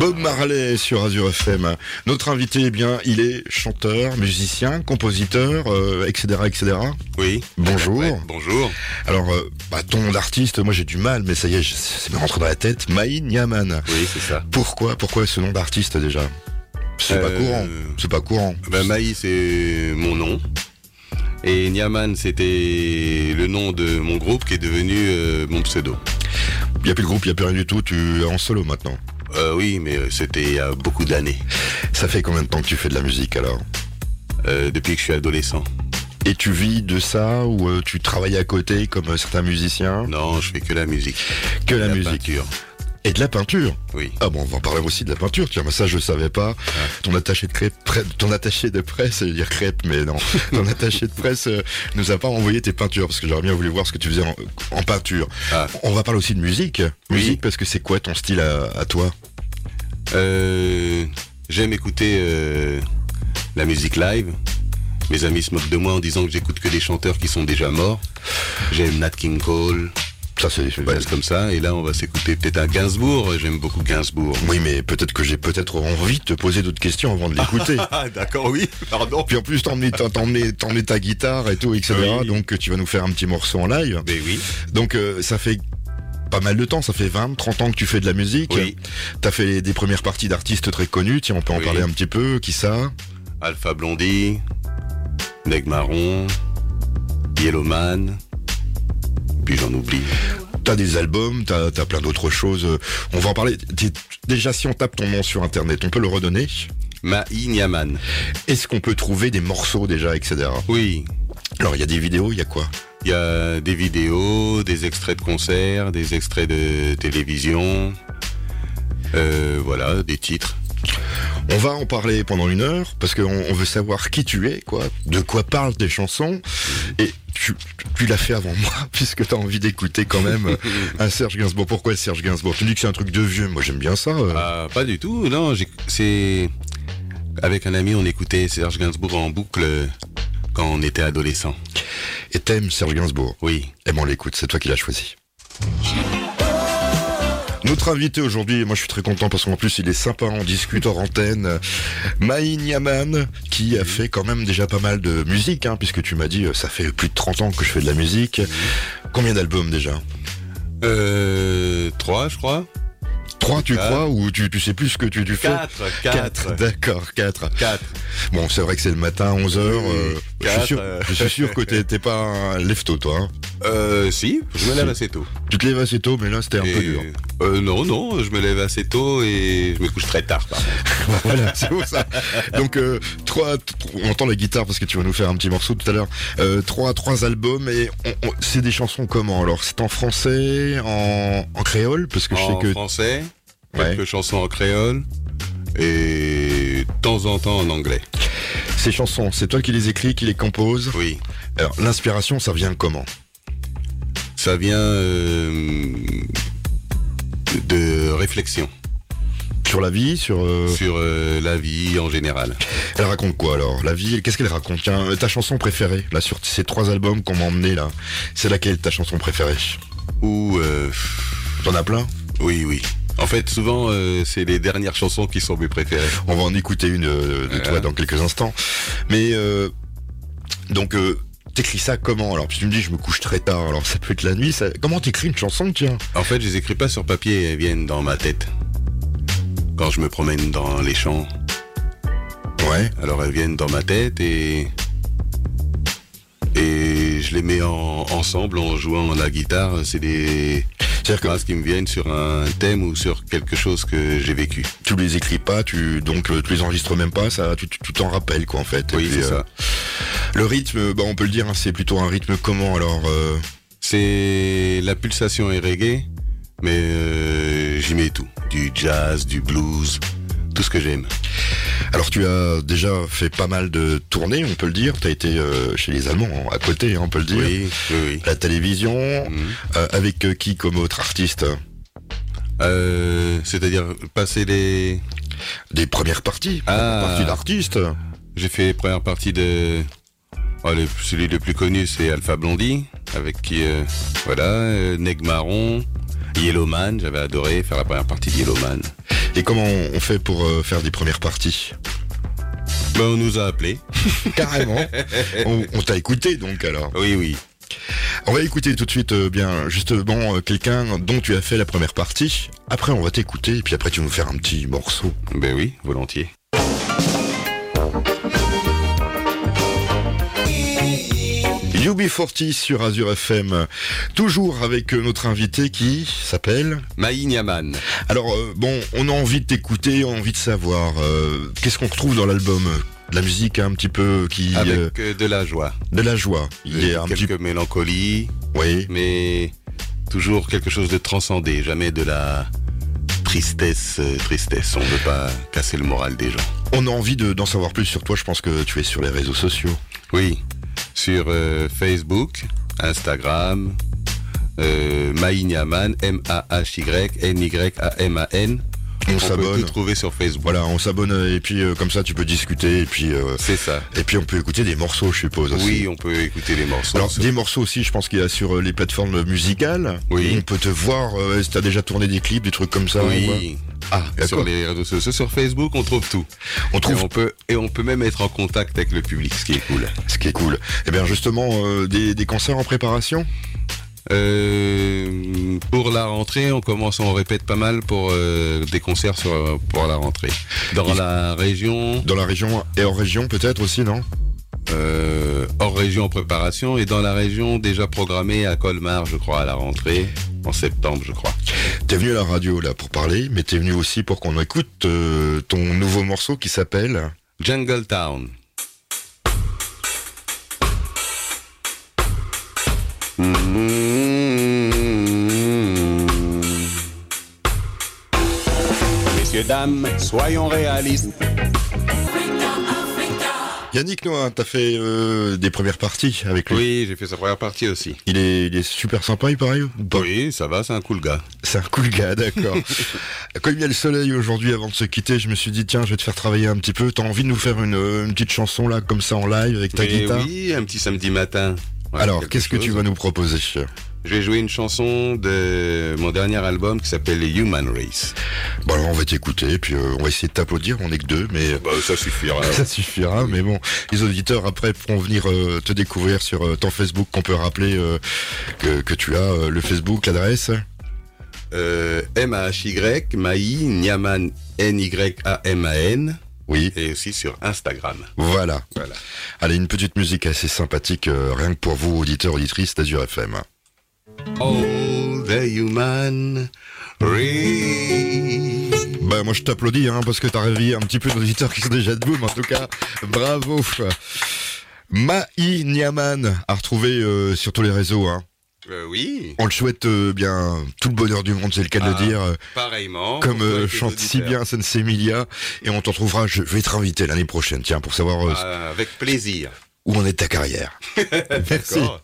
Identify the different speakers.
Speaker 1: Bob Marley sur Azure FM. Notre invité, eh bien, il est chanteur, musicien, compositeur, euh, etc., etc.
Speaker 2: Oui.
Speaker 1: Bonjour.
Speaker 2: Ouais, bonjour.
Speaker 1: Alors, euh, bah, ton nom d'artiste, moi j'ai du mal, mais ça y est, je- c'est me rentré dans la tête. Maïn Yaman.
Speaker 2: Oui, c'est ça.
Speaker 1: Pourquoi, pourquoi ce nom d'artiste déjà C'est pas
Speaker 2: Euh,
Speaker 1: courant. C'est pas courant.
Speaker 2: Ben, Maï, c'est mon nom. Et Niaman, c'était le nom de mon groupe qui est devenu euh, mon pseudo.
Speaker 1: Il y a plus de groupe, il y a plus rien du tout. Tu es en solo maintenant.
Speaker 2: Euh, oui, mais euh, c'était il y a beaucoup d'années,
Speaker 1: Ça fait combien de temps que tu fais de la musique alors
Speaker 2: euh, depuis que je suis adolescent.
Speaker 1: Et tu vis de ça ou euh, tu travailles à côté comme euh, certains musiciens
Speaker 2: Non, je fais que la musique.
Speaker 1: Que la,
Speaker 2: La
Speaker 1: musique
Speaker 2: peinture.
Speaker 1: et de la peinture.
Speaker 2: Oui.
Speaker 1: Ah bon, on va en parler aussi de la peinture. Tiens, mais ça je savais pas. Ton attaché de crêpe, pré- ton attaché de presse, j'allais dire crêpe, mais non. ton attaché de presse euh, nous a pas envoyé tes peintures parce que j'aurais bien voulu voir ce que tu faisais en, en peinture.
Speaker 2: Ah.
Speaker 1: On va parler aussi de musique.
Speaker 2: Oui.
Speaker 1: Musique parce que c'est quoi ton style à, à toi
Speaker 2: Euh, J'aime écouter euh, la musique live. Mes amis se moquent de moi en disant que j'écoute que des chanteurs qui sont déjà morts. J'aime Nat King Cole,
Speaker 1: Ça c'est.
Speaker 2: je
Speaker 1: bah,
Speaker 2: laisse comme ça. Et là, on va s'écouter peut-être un Gainsbourg. J'aime beaucoup Gainsbourg.
Speaker 1: oui, mais peut-être que j'ai peut-être envie de te poser d'autres questions avant de l'écouter.
Speaker 2: Ah, d'accord, oui, pardon.
Speaker 1: Puis en plus, t'emmener t'emmener t'emmener ta guitare et tout, etc.
Speaker 2: Oui.
Speaker 1: Donc tu vas nous faire un petit morceau en live.
Speaker 2: Mais Ben oui,
Speaker 1: Donc euh, ça fait pas mal de temps, ça fait 20, 30 ans que tu fais de la musique.
Speaker 2: oui.
Speaker 1: T'as fait des premières parties d'artistes très connus, tiens, on peut en
Speaker 2: Oui.
Speaker 1: parler un petit peu, qui ça
Speaker 2: Alpha Blondie, Neg Marron, Yellowman, puis j'en oublie.
Speaker 1: T'as des albums, t'as as plein d'autres choses, euh, on va en parler. T'es- Déjà, si on tape ton nom sur Internet, on peut le redonner
Speaker 2: Maï Niaman.
Speaker 1: Est-ce qu'on peut trouver des morceaux déjà, etc.
Speaker 2: Oui,
Speaker 1: Alors, il y a des vidéos, il y a quoi
Speaker 2: Il y a des vidéos, des extraits de concerts, des extraits de télévision, euh, voilà, des titres.
Speaker 1: On va en parler pendant une heure parce qu'on on veut savoir qui tu es, quoi, de quoi parlent tes chansons. Et tu, tu l'as fait avant moi puisque t'as envie d'écouter quand même euh, un Serge Gainsbourg. Pourquoi Serge Gainsbourg Tu me dis que c'est un truc de vieux. Moi j'aime bien ça. euh.
Speaker 2: Ah, pas du tout, non, j'ai- c'est... Avec un ami, on écoutait Serge Gainsbourg en boucle euh, quand on était adolescent.
Speaker 1: Et t'aimes Serge Gainsbourg
Speaker 2: Oui.
Speaker 1: Eh ben on l'écoute, c'est toi qui l'as choisi. Notre invité aujourd'hui, et moi je suis très content parce qu'en plus il est sympa, on discute hors antenne. Maïn Yaman, qui a fait quand même déjà pas mal de musique, hein, puisque tu m'as dit euh, ça fait plus de 30 ans que je fais de la musique. Combien d'albums déjà
Speaker 2: Euh, trois, je crois.
Speaker 1: Trois, tu
Speaker 2: Quatre.
Speaker 1: crois Ou tu, tu sais plus ce que tu, tu fais
Speaker 2: Quatre, quatre,
Speaker 1: d'accord, quatre.
Speaker 2: quatre.
Speaker 1: Bon, c'est vrai que c'est le matin, 11h.
Speaker 2: Oui,
Speaker 1: je, suis
Speaker 2: quatre,
Speaker 1: sûr,
Speaker 2: euh.
Speaker 1: je suis sûr que t'es t'es pas un lefto, toi. hein.
Speaker 2: Euh, si, je me lève
Speaker 1: Si.
Speaker 2: assez tôt.
Speaker 1: Tu te lèves assez tôt, mais là c'était un peu
Speaker 2: Et-
Speaker 1: dur.
Speaker 2: Euh, non, non, je me lève assez tôt et je me couche très tard, par contre.
Speaker 1: voilà, c'est beau ça. Donc euh, trois, tr- on entend la guitare parce que tu vas nous faire un petit morceau tout à l'heure. Euh, trois, trois albums et on- on- c'est des chansons comment alors C'est en français, en, en créole parce que
Speaker 2: en
Speaker 1: je sais que
Speaker 2: français,
Speaker 1: Ouais.
Speaker 2: quelques chansons en créole et de temps en temps en anglais.
Speaker 1: ces chansons, c'est toi qui les écris, qui les composes.
Speaker 2: Oui.
Speaker 1: Alors l'inspiration, ça vient comment
Speaker 2: Ça vient euh, de réflexion
Speaker 1: Sur la vie, sur euh,
Speaker 2: sur euh, la vie en général.
Speaker 1: elle raconte quoi alors La vie, qu'est-ce qu'elle raconte Tiens, euh, ta chanson préférée là sur ces trois albums qu'on m'a emmené là, c'est laquelle ta chanson préférée
Speaker 2: Ou euh,
Speaker 1: T'en as plein
Speaker 2: oui, oui. En fait, souvent, euh, c'est les dernières chansons qui sont mes préférées.
Speaker 1: On va en écouter une euh, de toi dans quelques instants. Mais euh, donc, euh, t'écris ça comment Alors, puis tu me dis, je me couche très tard. Alors, ça peut être la nuit. Ça... Comment t'écris une chanson, tiens
Speaker 2: En fait, je les écris pas sur papier, elles viennent dans ma tête. Quand je me promène dans les champs,
Speaker 1: Ouais.
Speaker 2: Alors elles viennent dans ma tête et et je les mets en- ensemble en jouant à la guitare. C'est des
Speaker 1: C'est-à-dire que
Speaker 2: phrases qui me viennent sur un thème ou sur quelque chose que j'ai vécu.
Speaker 1: tu les écris pas, tu donc euh, tu les enregistres même pas. Ça, tu tu- tu t'en rappelles quoi en fait. Et
Speaker 2: Oui,
Speaker 1: puis,
Speaker 2: c'est
Speaker 1: euh,
Speaker 2: ça.
Speaker 1: Le rythme, bah, on peut le dire, hein, c'est plutôt un rythme comment alors euh,
Speaker 2: C'est la pulsation est reggae, mais euh, j'y mets tout, du jazz, du blues, tout ce que j'aime.
Speaker 1: Alors, tu as déjà fait pas mal de tournées, on peut le dire. T'as été euh, chez les Allemands, à côté, hein, on peut le dire.
Speaker 2: Oui, oui, oui.
Speaker 1: La télévision,
Speaker 2: Mhm.
Speaker 1: euh, avec euh, qui comme autre artiste hein?
Speaker 2: Euh, C'est-à-dire passer les.
Speaker 1: Des premières parties,
Speaker 2: Ah.
Speaker 1: parties d'artistes.
Speaker 2: J'ai fait première partie de. oh, le- celui le plus connu, c'est Alpha Blondie, avec qui. euh, voilà, euh, Neg Marron, Yellowman, j'avais adoré faire la première partie de Yellowman.
Speaker 1: Et comment on fait pour euh, faire des premières parties
Speaker 2: Ben, on nous a appelés.
Speaker 1: Carrément. on on t'a écouté donc alors.
Speaker 2: Oui, oui.
Speaker 1: On va écouter tout de suite, euh, bien, justement, euh, quelqu'un dont tu as fait la première partie. Après, on va t'écouter, et puis après, tu vas nous faire un petit morceau.
Speaker 2: Ben oui, volontiers.
Speaker 1: UB40 sur Azure FM, toujours avec euh, notre invité qui s'appelle...
Speaker 2: Maï Niaman.
Speaker 1: Alors, euh, bon, on a envie de t'écouter, on a envie de savoir, euh, qu'est-ce qu'on retrouve dans l'album De la musique hein, un petit peu qui... euh,
Speaker 2: Avec euh, de la joie.
Speaker 1: de la joie. Il y a un petit
Speaker 2: Quelques mélancolies,
Speaker 1: Oui,
Speaker 2: mais toujours quelque chose de transcendé, jamais de la tristesse, euh, tristesse. On ne veut pas casser le moral des gens.
Speaker 1: on a envie de- d'en savoir plus sur toi, je pense que tu es sur les réseaux sociaux.
Speaker 2: Oui, sur euh, Facebook, Instagram, euh, Maïnyaman, M-A-H-Y-N-Y-A-M-A-N.
Speaker 1: On
Speaker 2: peut
Speaker 1: s'abonne.
Speaker 2: tout trouver sur Facebook.
Speaker 1: Voilà, on s'abonne, euh, et puis euh, comme ça, tu peux discuter, et puis... euh,
Speaker 2: C'est ça.
Speaker 1: et puis on peut écouter des morceaux, je suppose. aussi.
Speaker 2: Oui, on peut écouter les morceaux.
Speaker 1: Alors, des morceaux aussi, je pense qu'il y a sur euh, les plateformes musicales.
Speaker 2: Oui.
Speaker 1: On peut te voir. euh, si t'as déjà tourné des clips, des trucs comme ça. ou quoi.
Speaker 2: oui.
Speaker 1: Ah,
Speaker 2: Sur
Speaker 1: d'accord.
Speaker 2: les réseaux sociaux, sur Facebook, on trouve tout.
Speaker 1: On
Speaker 2: Et
Speaker 1: trouve
Speaker 2: on peut, et on peut même être en contact avec le public, ce qui est cool.
Speaker 1: ce qui est cool. Eh bien, justement, euh, des, des concerts en préparation.
Speaker 2: Euh, pour la rentrée, on commence, on répète pas mal pour euh, des concerts sur, pour la rentrée. Dans
Speaker 1: Il-
Speaker 2: la région,
Speaker 1: Dans la région et hors région, peut-être aussi, non
Speaker 2: euh, hors région en préparation, et dans la région déjà programmée à Colmar, je crois, à la rentrée, en septembre, je crois.
Speaker 1: T'es venu à la radio, là, pour parler, mais t'es venu aussi pour qu'on écoute euh, ton nouveau morceau qui s'appelle.
Speaker 2: Jungle Town. Messieurs, dames, soyons réalistes.
Speaker 1: Yannick Noah, t'as fait euh, des premières parties avec lui.
Speaker 2: Oui, j'ai fait sa première partie aussi.
Speaker 1: Il est, il est super sympa, il paraît. ou pas
Speaker 2: Oui, ça va, c'est un cool gars.
Speaker 1: C'est un cool gars, d'accord. Comme il y a le soleil aujourd'hui, avant de se quitter, je me suis dit, tiens, je vais te faire travailler un petit peu. T'as envie de nous faire une, euh, une petite chanson, là, comme ça, en live, avec ta
Speaker 2: Mais
Speaker 1: guitare
Speaker 2: Eh Oui, un petit samedi matin. Ouais,
Speaker 1: Alors,
Speaker 2: quelque
Speaker 1: qu'est-ce que tu
Speaker 2: chose.
Speaker 1: vas nous proposer
Speaker 2: Je vais jouer une chanson de mon dernier album qui s'appelle Human Race.
Speaker 1: Bon, alors, on va t'écouter, puis euh, on va essayer de t'applaudir, on est que deux, mais... euh,
Speaker 2: Bah, ça suffira.
Speaker 1: Ça suffira, mais bon, les auditeurs après pourront venir euh, te découvrir sur euh, ton Facebook qu'on peut rappeler euh, que, que tu as, euh, le Facebook, l'adresse.
Speaker 2: Euh, M-A-H-Y, Maï, Niaman, N-Y-A-M-A-N,
Speaker 1: Oui,
Speaker 2: et aussi sur Instagram.
Speaker 1: voilà.
Speaker 2: Voilà.
Speaker 1: Allez, une petite musique assez sympathique, euh, rien que pour vous, auditeurs, auditrices d'Azur FM. Oh.
Speaker 2: All the human race.
Speaker 1: Bah moi je t'applaudis hein, parce que t'as réveillé un petit peu d'auditeurs qui sont déjà debout, mais en tout cas, bravo. Maï Niaman à retrouver euh, sur tous les réseaux. Hein.
Speaker 2: Euh, oui,
Speaker 1: On le souhaite euh, bien tout le bonheur du monde, c'est le cas de
Speaker 2: Ah,
Speaker 1: le dire. euh,
Speaker 2: pareillement.
Speaker 1: Comme
Speaker 2: pour
Speaker 1: euh,
Speaker 2: tous les
Speaker 1: chante si
Speaker 2: auditeurs.
Speaker 1: bien Sense Emilia, et on t'en trouvera, je vais te réinviter l'année prochaine, tiens, pour savoir euh,
Speaker 2: Ah, avec plaisir.
Speaker 1: où en est ta carrière. Merci.
Speaker 2: D'accord.